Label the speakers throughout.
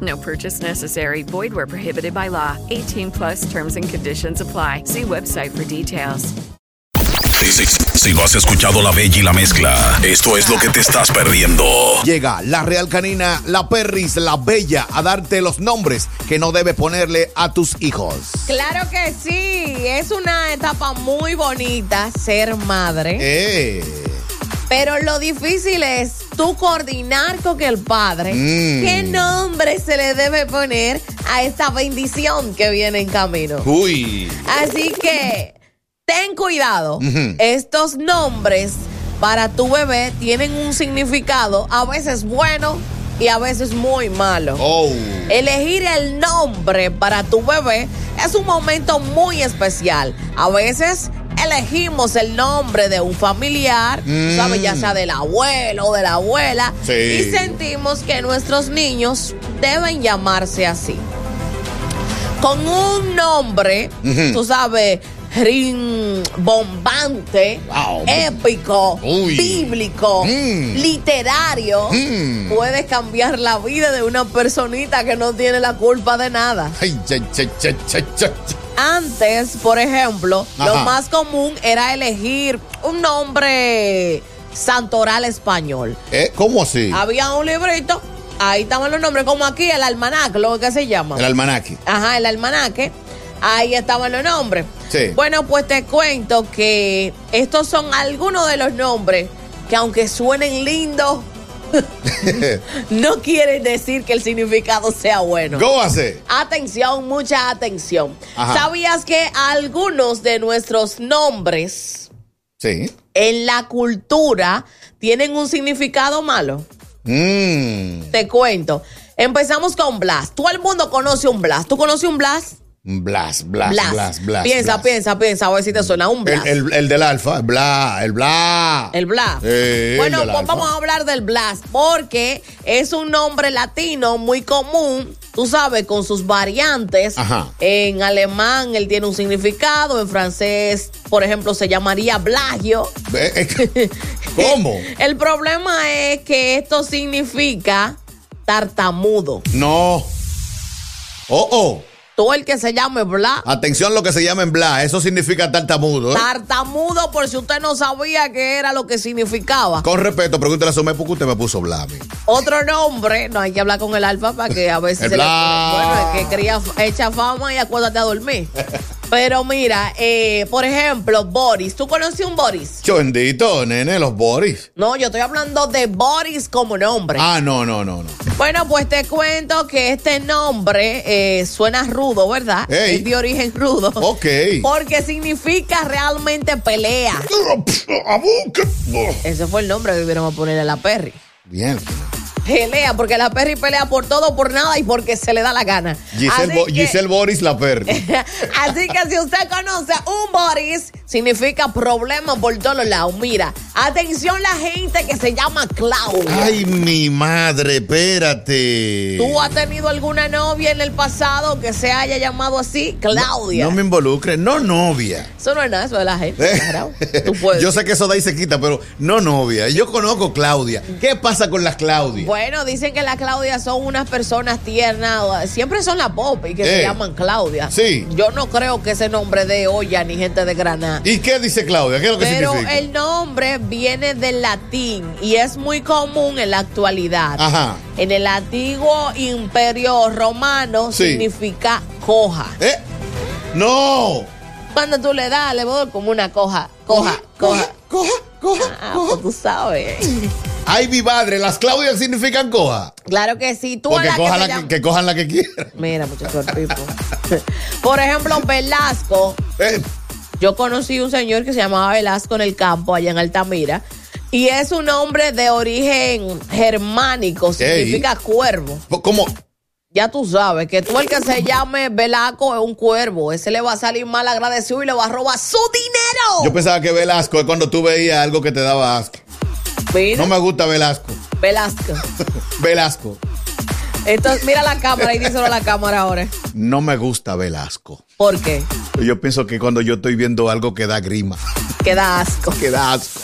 Speaker 1: No purchase necessary. Void where prohibited by law. 18 plus terms and conditions apply. See website for details.
Speaker 2: Si, si, si no has escuchado La Bella y la Mezcla, esto es lo que te estás perdiendo.
Speaker 3: Llega la Real Canina, la Perris, la Bella a darte los nombres que no debes ponerle a tus hijos.
Speaker 4: Claro que sí, es una etapa muy bonita ser madre,
Speaker 3: Eh.
Speaker 4: pero lo difícil es tú coordinar con el padre
Speaker 3: Mm.
Speaker 4: qué nombre se le debe poner a esta bendición que viene en camino.
Speaker 3: Uy.
Speaker 4: Así que ten cuidado.
Speaker 3: Ujú.
Speaker 4: Estos nombres para tu bebé tienen un significado a veces bueno y a veces muy malo.
Speaker 3: Oh.
Speaker 4: Elegir el nombre para tu bebé es un momento muy especial. A veces elegimos el nombre de un familiar, tú
Speaker 3: Mm.
Speaker 4: ¿sabes? ya sea del abuelo o de la abuela,
Speaker 3: Sí.
Speaker 4: y sentimos que nuestros niños deben llamarse así. Con un nombre,
Speaker 3: Ujú.
Speaker 4: tú sabes, rin- bombante,
Speaker 3: Wow.
Speaker 4: épico,
Speaker 3: Uy.
Speaker 4: bíblico,
Speaker 3: Mm.
Speaker 4: literario,
Speaker 3: Mm.
Speaker 4: puedes cambiar la vida de una personita que no tiene la culpa de nada.
Speaker 3: Ay, cha, cha, cha, cha, cha, cha.
Speaker 4: Antes, por ejemplo, lo
Speaker 3: Ajá.
Speaker 4: más común era elegir un nombre santoral español.
Speaker 3: Eh, ¿Cómo así?
Speaker 4: Había un librito, ahí estaban los nombres, como aquí el almanaque, lo que se
Speaker 3: El
Speaker 4: llama.
Speaker 3: almanaque.
Speaker 4: Ajá, el almanaque. Ahí estaban los nombres.
Speaker 3: Sí.
Speaker 4: Bueno, pues te cuento que estos son algunos de los nombres que aunque suenen lindos, no quieren decir que el significado sea bueno.
Speaker 3: ¿Cómo así?
Speaker 4: Atención, mucha atención.
Speaker 3: Ajá.
Speaker 4: ¿Sabías que algunos de nuestros nombres
Speaker 3: Sí.
Speaker 4: en la cultura tienen un significado malo?
Speaker 3: Mmm.
Speaker 4: Te cuento. Empezamos con Blas. Todo el mundo conoce un Blas. ¿Tú conoces un Blas?
Speaker 3: Blas, blas, blas, blas, blas.
Speaker 4: piensa, piensa, piensa. A ver si te suena un Blas.
Speaker 3: El, el, el del alfa, el bla, el bla.
Speaker 4: El Blas.
Speaker 3: Eh, el
Speaker 4: bueno,
Speaker 3: del
Speaker 4: pues
Speaker 3: Alfa.
Speaker 4: vamos a hablar del Blas, porque es un nombre latino muy común, tú sabes, con sus variantes.
Speaker 3: Ajá.
Speaker 4: En alemán él tiene un significado, en francés, por ejemplo, se llamaría Blagio.
Speaker 3: Eh, eh, ¿Cómo?
Speaker 4: El problema es que esto significa tartamudo.
Speaker 3: No. Oh, oh.
Speaker 4: Todo el que se llame Blas.
Speaker 3: Atención lo que se llama en bla. Eso significa tartamudo. ¿eh?
Speaker 4: Tartamudo, por si usted no sabía qué era lo que significaba.
Speaker 3: Con respeto, pregúntale a Somé porque usted me puso bla a mí.
Speaker 4: Otro nombre, no hay que hablar con el alfa para que a veces
Speaker 3: El
Speaker 4: se le-
Speaker 3: bla.
Speaker 4: bueno, es que cría echa fama y acuérdate a dormir. Pero mira, eh, por ejemplo, Boris, ¿tú conoces un Boris?
Speaker 3: Yo bendito, nene, los Boris.
Speaker 4: No, yo estoy hablando de Boris como nombre.
Speaker 3: Ah, no, no, no, no.
Speaker 4: Bueno, pues te cuento que este nombre eh, suena rudo, ¿verdad?
Speaker 3: Ey.
Speaker 4: Es de origen rudo.
Speaker 3: Ok.
Speaker 4: Porque significa realmente pelea. Ese fue el nombre que debieron ponerle a la Perry.
Speaker 3: Bien.
Speaker 4: Pelea, porque la Perry pelea por todo, por nada y porque se le da la gana.
Speaker 3: Giselle,
Speaker 4: Así
Speaker 3: Bo-
Speaker 4: que-
Speaker 3: Giselle Boris la perdi.
Speaker 4: Así que si usted conoce un Boris, significa problema por todos lados. Mira, atención la gente que se llama Claudia.
Speaker 3: Ay, mi madre, espérate.
Speaker 4: ¿Tú has tenido alguna novia en el pasado que se haya llamado así? Claudia.
Speaker 3: No me involucres, no novia.
Speaker 4: Eso no es nada, eso es la gente.
Speaker 3: Eh.
Speaker 4: claro. Tú puedes.
Speaker 3: Yo sé que eso de ahí se quita, pero no novia. Yo conozco Claudia. ¿Qué pasa con las Claudias?
Speaker 4: Bueno, dicen que las Claudias son unas personas tiernas. Siempre son las pop y que se
Speaker 3: Eh.
Speaker 4: llaman Claudia.
Speaker 3: Sí.
Speaker 4: Yo no creo que ese nombre de olla ni gente de Granada.
Speaker 3: ¿Y qué dice Claudia? ¿Qué es lo que
Speaker 4: Pero
Speaker 3: significa?
Speaker 4: el nombre viene del latín y es muy común en la actualidad.
Speaker 3: Ajá.
Speaker 4: En el antiguo imperio romano
Speaker 3: Sí.
Speaker 4: significa coja.
Speaker 3: ¿Eh? No.
Speaker 4: Cuando tú le das, le voy como una coja, coja, coja.
Speaker 3: coja, coja,
Speaker 4: Ah, pues tú sabes.
Speaker 3: Ay, mi madre, las Claudias significan coja.
Speaker 4: Claro que sí, tú a
Speaker 3: Porque
Speaker 4: la que
Speaker 3: cojan
Speaker 4: te
Speaker 3: la
Speaker 4: llam-
Speaker 3: que, que cojan la que quieran.
Speaker 4: Mira, muchacho, el pipo. Por ejemplo, Velasco.
Speaker 3: Eh,
Speaker 4: Yo conocí un señor que se llamaba Velasco en el campo, allá en Altamira. Y es un nombre de origen germánico, significa cuervo.
Speaker 3: ¿Cómo?
Speaker 4: Ya tú sabes que tú el que se llame Velasco es un cuervo. Ese le va a salir mal agradecido y le va a robar su
Speaker 3: Yo
Speaker 4: dinero.
Speaker 3: pensaba que Velasco es cuando tú veías algo que te daba asco.
Speaker 4: Mira,
Speaker 3: No me gusta Velasco.
Speaker 4: Velasco.
Speaker 3: Velasco.
Speaker 4: Entonces, mira la cámara y díselo a la cámara ahora.
Speaker 3: No me gusta Velasco.
Speaker 4: ¿Por qué?
Speaker 3: Yo pienso que cuando yo estoy viendo algo que da grima,
Speaker 4: Queda asco.
Speaker 3: que da asco.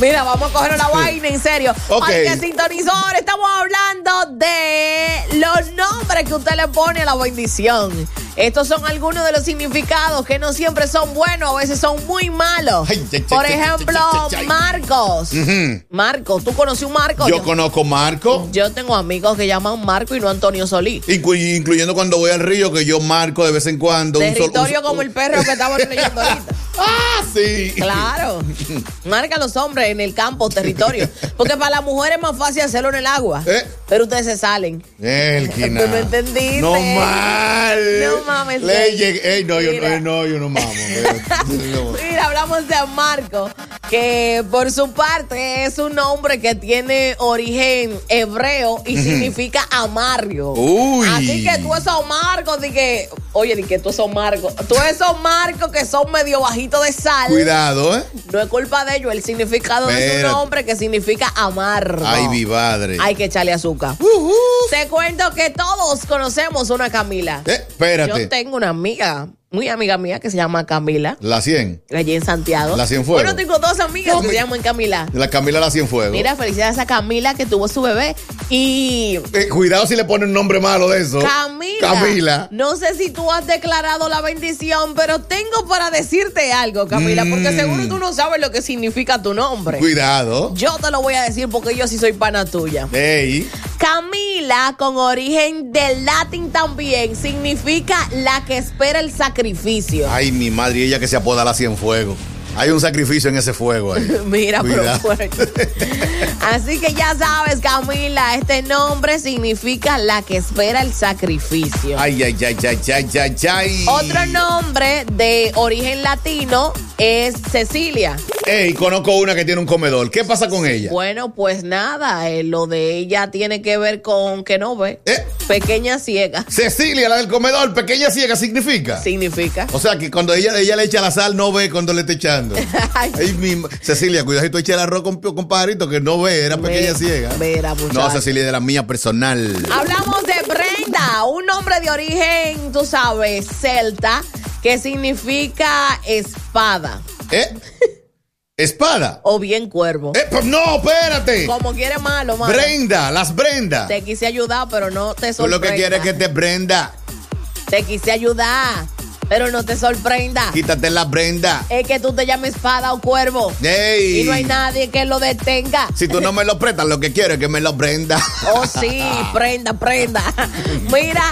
Speaker 4: Mira, vamos a coger la vaina, en serio.
Speaker 3: Ok.
Speaker 4: Al que sintonizó, ahora estamos hablando de los nombres que usted le pone a la bendición. Estos son algunos de los significados que no siempre son buenos, a veces son muy malos.
Speaker 3: Ay, ay, ay,
Speaker 4: Por
Speaker 3: ay, ay,
Speaker 4: ejemplo,
Speaker 3: ay, ay, ay.
Speaker 4: Marcos. Marcos, ¿tú conocí un Marcos?
Speaker 3: Yo conozco Marco,
Speaker 4: Yo tengo amigos que llaman Marco y no Antonio Solís.
Speaker 3: inclu- incluyendo cuando voy al río, que yo marco de vez en cuando. un sol- un-
Speaker 4: Territorio como el perro que estaba leyendo ahorita.
Speaker 3: Ah, sí.
Speaker 4: Claro. Marca los hombres en el campo, territorio. Porque para las mujeres es más fácil hacerlo en el agua.
Speaker 3: ¿Eh?
Speaker 4: Pero ustedes se salen.
Speaker 3: Elkina.
Speaker 4: Tú no entendiste.
Speaker 3: No mal.
Speaker 4: No mames,
Speaker 3: Le
Speaker 4: sí.
Speaker 3: llegué- Ey, no, yo no,
Speaker 4: Mira.
Speaker 3: no, yo no mamo. pero-
Speaker 4: Mira, hablamos de Marco, que por su parte es un nombre que tiene origen hebreo y significa amargo.
Speaker 3: Uy.
Speaker 4: Así que tú esos Marcos, di que, oye, di que tú esos Marcos, tú esos Marcos que son medio bajitos de sal.
Speaker 3: Cuidado, ¿eh?
Speaker 4: No es culpa de ellos, el significado de su
Speaker 3: Espérate.
Speaker 4: nombre que significa amargo.
Speaker 3: Ay, mi madre. Uh-huh.
Speaker 4: Hay que echarle azúcar.
Speaker 3: Ujú.
Speaker 4: Te cuento que todos conocemos una Camila.
Speaker 3: Eh, espérate.
Speaker 4: Yo tengo una amiga, muy amiga mía, que se llama Camila,
Speaker 3: La 100.
Speaker 4: allí en Santiago.
Speaker 3: La Cienfuegos.
Speaker 4: Bueno, tengo dos amigas que se llaman Camila.
Speaker 3: La Camila la 100 fuego.
Speaker 4: Mira, felicidades a Camila que tuvo su bebé. Y
Speaker 3: Eh, cuidado si le ponen un nombre malo de eso.
Speaker 4: Camila.
Speaker 3: Camila.
Speaker 4: No sé si tú has declarado la bendición, pero tengo para decirte algo, Camila, porque
Speaker 3: Mm.
Speaker 4: seguro tú no sabes lo que significa tu nombre.
Speaker 3: Cuidado.
Speaker 4: Yo te lo voy a decir porque yo sí soy pana tuya.
Speaker 3: Ey.
Speaker 4: Camila, con origen del latín también, significa la que espera el sacrificio.
Speaker 3: Ay, mi madre, y ella que se apoda la 100 fuego. Hay un sacrificio en ese fuego ahí.
Speaker 4: Mira, pero
Speaker 3: Cuidado.
Speaker 4: fuerte. Así que ya sabes, Camila, este nombre significa la que espera el sacrificio.
Speaker 3: Ay, ay, ay, ay, ay, ay, ay.
Speaker 4: Otro nombre de origen latino es Cecilia.
Speaker 3: Ey, conozco una que tiene un comedor. ¿Qué pasa con ella?
Speaker 4: Bueno, pues nada, eh, lo de ella tiene que ver con que no ve.
Speaker 3: Eh.
Speaker 4: Pequeña ciega
Speaker 3: Cecilia, la del comedor, pequeña ciega, significa.
Speaker 4: significa.
Speaker 3: O sea que cuando ella, ella le echa la sal, no ve cuando le está echando.
Speaker 4: Ay.
Speaker 3: Ay, mi ma- Cecilia, cuidadito, echa el arroz con, con pajarito que no ve, era pequeña
Speaker 4: Ve-
Speaker 3: ciega.
Speaker 4: verá, muchacho. Ah.
Speaker 3: no, Cecilia, de la mía personal.
Speaker 4: Hablamos de Brenda, un nombre de origen, tú sabes, celta, que significa espada
Speaker 3: ¿Eh? Espada.
Speaker 4: o bien cuervo.
Speaker 3: Eh, pues no, espérate.
Speaker 4: Como quiere malo, malo.
Speaker 3: Brenda, las Brenda.
Speaker 4: Te quise ayudar, pero no te
Speaker 3: Tú
Speaker 4: sorprenda.
Speaker 3: lo que quieres es que te Brenda.
Speaker 4: Te quise ayudar, pero no te sorprenda.
Speaker 3: Quítate la Brenda.
Speaker 4: Es que tú te llames espada o cuervo.
Speaker 3: Ey.
Speaker 4: Eh, Y no hay nadie que lo detenga.
Speaker 3: Si tú no me lo prestas, lo que quiero es que me lo prenda.
Speaker 4: Oh, sí, prenda, prenda. Mira,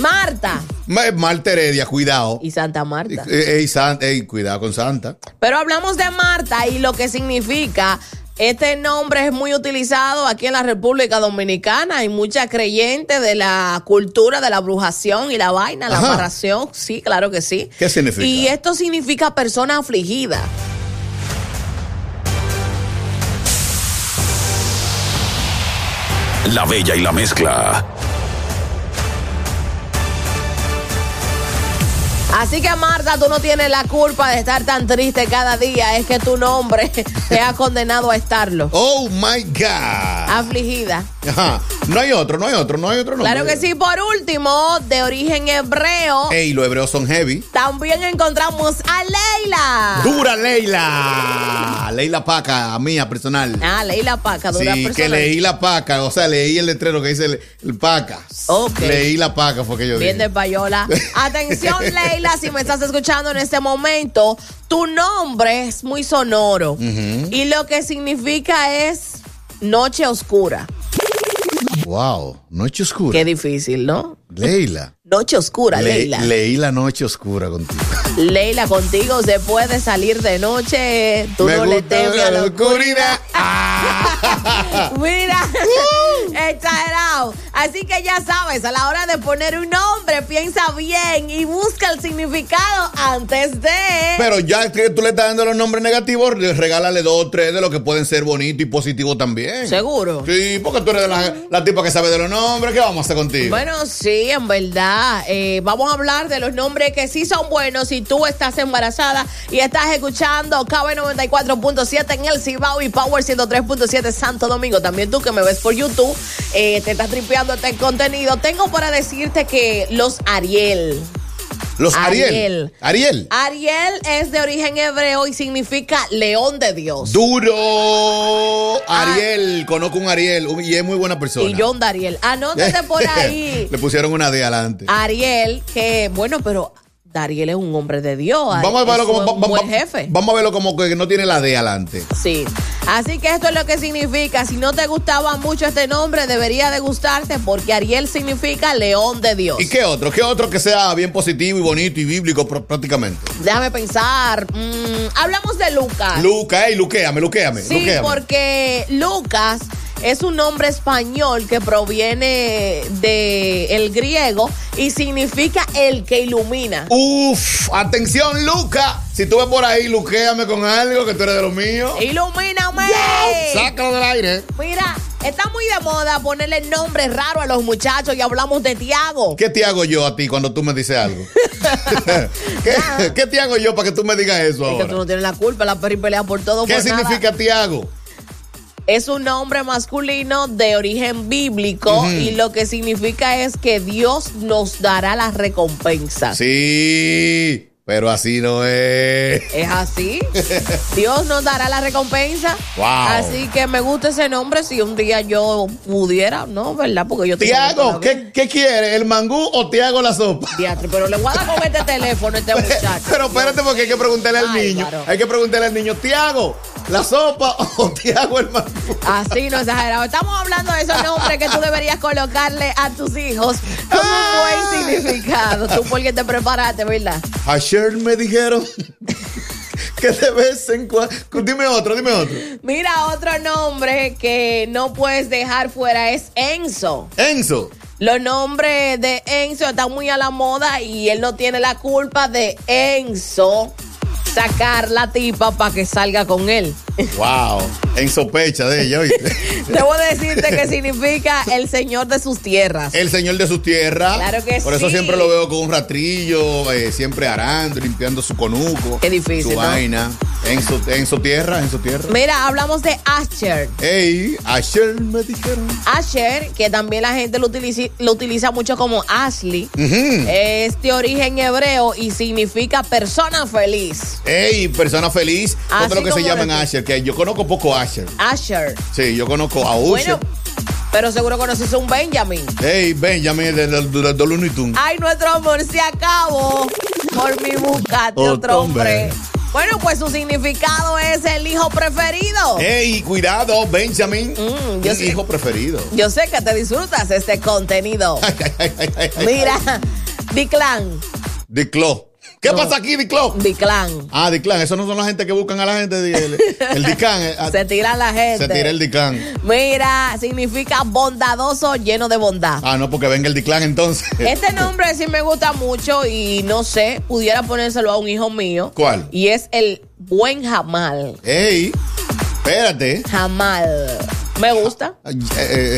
Speaker 4: Marta
Speaker 3: Ma- Marta Heredia, cuidado. eh,
Speaker 4: y Santa Marta.
Speaker 3: Ey, San- ey, cuidado con Santa.
Speaker 4: Pero hablamos de Marta y lo que significa. Este nombre es muy utilizado aquí en la República Dominicana. Hay muchas creyentes de la cultura de la brujación y la vaina, la
Speaker 3: Ajá.
Speaker 4: amarración. Sí, claro que sí.
Speaker 3: ¿Qué significa?
Speaker 4: Y esto significa persona afligida.
Speaker 2: La Bella y la Mezcla.
Speaker 4: Así que Marta, tú no tienes la culpa de estar tan triste cada día. Es que tu nombre te ha condenado a estarlo.
Speaker 3: Oh my
Speaker 4: Ah.
Speaker 3: God.
Speaker 4: Afligida.
Speaker 3: Ajá. No hay otro, no hay otro, no hay otro. nombre.
Speaker 4: Claro que sí. Por último, de origen hebreo,
Speaker 3: Ey, los hebreos son heavy.
Speaker 4: también encontramos a Leila.
Speaker 3: Dura Leila. Leila Paca, mía personal.
Speaker 4: Ah, leí la paca, dura
Speaker 3: sí,
Speaker 4: persona.
Speaker 3: que leí la paca, o sea, leí el letrero que dice el, el paca.
Speaker 4: Ok.
Speaker 3: Leí la paca, fue que yo
Speaker 4: Bien de
Speaker 3: dije.
Speaker 4: payola. Atención, Leila, si me estás escuchando en este momento, tu nombre es muy sonoro. Y lo que significa es noche oscura.
Speaker 3: Wow, noche oscura.
Speaker 4: Qué difícil, ¿no?
Speaker 3: Leila.
Speaker 4: Noche oscura,
Speaker 3: Le-
Speaker 4: Leila.
Speaker 3: leí la noche oscura contigo.
Speaker 4: Leila, contigo se puede salir de noche. Tú no le temes a la oscuridad.
Speaker 3: Ah,
Speaker 4: Mira, exagerado. Así que ya sabes, a la hora de poner un nombre, piensa bien y busca el significado antes de.
Speaker 3: Pero ya que tú le estás dando los nombres negativos, le- regálale dos o tres de los que pueden ser bonitos y positivos también.
Speaker 4: Seguro.
Speaker 3: Sí, porque tú eres de la, la tipa que sabe de los nombres. ¿Qué vamos a hacer contigo?
Speaker 4: Bueno, sí, en verdad. Eh, vamos a hablar de los nombres que sí son buenos si tú estás embarazada y estás escuchando KB94.7 en el Cibao y Power 103.7 Santo Domingo. También tú que me ves por YouTube, eh, te estás tripeando este contenido. Tengo para decirte que los Ariel.
Speaker 3: los Ariel. Ariel.
Speaker 4: Ariel. Ariel es de origen hebreo y significa león de Dios.
Speaker 3: Duro. Ariel. Conozco un Ariel un- y es muy buena persona.
Speaker 4: Ah. Y John Dariel. Anótate por ahí. Ah,
Speaker 3: le pusieron una D adelante.
Speaker 4: Ariel, que bueno, pero Dariel es un hombre de Dios.
Speaker 3: Vamos a verlo
Speaker 4: Es
Speaker 3: como
Speaker 4: un
Speaker 3: va- va-
Speaker 4: buen jefe.
Speaker 3: Vamos a verlo como que no tiene la D adelante.
Speaker 4: Sí. Así que esto es lo que significa. Si no te gustaba mucho este nombre, debería de gustarte porque Ariel significa león de Dios.
Speaker 3: ¿Y qué otro? ¿Qué otro que sea bien positivo y bonito y bíblico pr- prácticamente?
Speaker 4: Déjame pensar. Mm, hablamos de Lucas.
Speaker 3: Luca, ey, luquéame, luquéame.
Speaker 4: Ah. sí,
Speaker 3: luquéame.
Speaker 4: porque Lucas es un nombre español que proviene de el griego y significa el que ilumina.
Speaker 3: Uf, atención, Luca. Si tú ves por ahí, luquéame con algo que tú eres de lo mío.
Speaker 4: ¡Ilumíname!
Speaker 3: Sácalo del aire.
Speaker 4: Mira, está muy de moda ponerle nombres raros a los muchachos y hablamos de Tiago.
Speaker 3: ¿Qué te hago yo a ti cuando tú me dices algo? ¿Qué, qué te hago yo para que tú me digas eso
Speaker 4: Es que tú
Speaker 3: ahora?
Speaker 4: no tienes la culpa, la perri pelea por todo.
Speaker 3: ¿Qué
Speaker 4: por nada.
Speaker 3: significa Tiago?
Speaker 4: Es un nombre masculino de origen bíblico y lo que significa es que Dios nos dará las recompensas.
Speaker 3: Sí, pero así no es.
Speaker 4: Es así. Dios nos dará la recompensa.
Speaker 3: Wow.
Speaker 4: Así que me gusta ese nombre si un día yo pudiera, ¿no? ¿Verdad? Porque yo tengo
Speaker 3: Tiago,
Speaker 4: mucho la vida.
Speaker 3: ¿qué, ¿qué quiere? ¿El mangú o Tiago la sopa?
Speaker 4: Diatre, pero le voy a dar con este teléfono a este muchacho.
Speaker 3: Pero espérate porque hay que preguntarle al
Speaker 4: Ay,
Speaker 3: niño.
Speaker 4: varón.
Speaker 3: Hay que preguntarle al niño, Tiago, ¿la sopa o Tiago el mangú?
Speaker 4: Así no exagerado. Estamos hablando de esos nombres que tú deberías colocarle a tus hijos con
Speaker 3: Ah.
Speaker 4: un buen significado. Tú porque te preparaste, ¿verdad?
Speaker 3: Ayer me dijeron que de vez en cuando... Dime otro, dime otro.
Speaker 4: Mira, otro nombre que no puedes dejar fuera es Enzo.
Speaker 3: Enzo.
Speaker 4: Los nombres de Enzo están muy a la moda y él no tiene la culpa de Enzo sacar la tipa para que salga con él.
Speaker 3: Wow. En sospecha de ella, ¿oíste?
Speaker 4: Debo decirte que significa el señor de sus tierras.
Speaker 3: El señor de su tierra.
Speaker 4: Claro que
Speaker 3: Por eso
Speaker 4: sí.
Speaker 3: siempre lo veo con un ratrillo, eh, siempre arando, limpiando su conuco.
Speaker 4: Qué difícil,
Speaker 3: Su
Speaker 4: ¿no?
Speaker 3: vaina. Enzo, Enzo tierra, Enzo tierra.
Speaker 4: Mira, hablamos de Asher.
Speaker 3: Ey, ayer me dijeron.
Speaker 4: Asher, que también la gente lo utiliza, lo utiliza mucho como Ashley, es de origen hebreo y significa persona feliz.
Speaker 3: Ey, persona feliz.
Speaker 4: Así
Speaker 3: Otro que se
Speaker 4: Ah, como
Speaker 3: llaman
Speaker 4: lo-
Speaker 3: Asher, que yo conozco poco Asher.
Speaker 4: Asher.
Speaker 3: Sí, yo conozco a Usher.
Speaker 4: Bueno, pero seguro conoces un Benjamin.
Speaker 3: Ey, Benjamin de, de, de, de Looney Tunes.
Speaker 4: Ay, nuestro amor se acabó por mi buscate
Speaker 3: Otro
Speaker 4: otro hombre.
Speaker 3: Oh, hombre.
Speaker 4: Bueno, pues su significado es el hijo preferido.
Speaker 3: Ey, cuidado, Benjamin.
Speaker 4: Mm, yo
Speaker 3: mi
Speaker 4: sé-
Speaker 3: hijo preferido.
Speaker 4: Yo sé que te disfrutas este contenido. Mira, Diclan,
Speaker 3: Diclo. ¿Qué pasa aquí, Diclo?
Speaker 4: Diclan.
Speaker 3: Ah, Diclan, eso no son la gente que buscan a la gente. di- El, el Diclan. eh, ah,
Speaker 4: Se tira la gente.
Speaker 3: se tira el Diclan.
Speaker 4: Mira, significa bondadoso, lleno de bondad.
Speaker 3: Ah, eh, no, porque venga el Diclan entonces.
Speaker 4: Este nombre sí me gusta mucho y no sé, pudiera ponérselo a un hijo mío.
Speaker 3: ¿Cuál?
Speaker 4: Y es el buen Jamal.
Speaker 3: Ey, espérate.
Speaker 4: Jamal. Me gusta.
Speaker 3: Eh,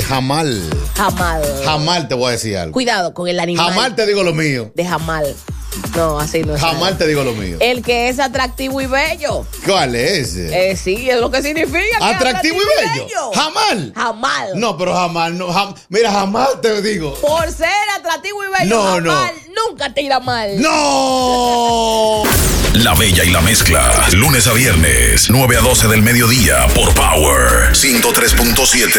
Speaker 3: eh, Jamal.
Speaker 4: Jamal.
Speaker 3: Jamal te voy a decir algo.
Speaker 4: Cuidado con el animal.
Speaker 3: Jamal te digo lo mío.
Speaker 4: De Jamal. No, así no es.
Speaker 3: Jamal te digo lo mío.
Speaker 4: El que es atractivo y bello.
Speaker 3: ¿Cuál es ese?
Speaker 4: Eh. Eh, sí, es lo que significa. que es
Speaker 3: Atractivo y bello. Jamal.
Speaker 4: Jamal.
Speaker 3: No, pero Jamal, no. Jam- mira, Jamal te digo.
Speaker 4: Por ser atractivo y bello,
Speaker 3: No,
Speaker 4: Jamal nunca te irá mal.
Speaker 3: ¡No!
Speaker 2: La Bella y la Mezcla. Lunes a viernes, 9 a 12 del mediodía por Power 103.7.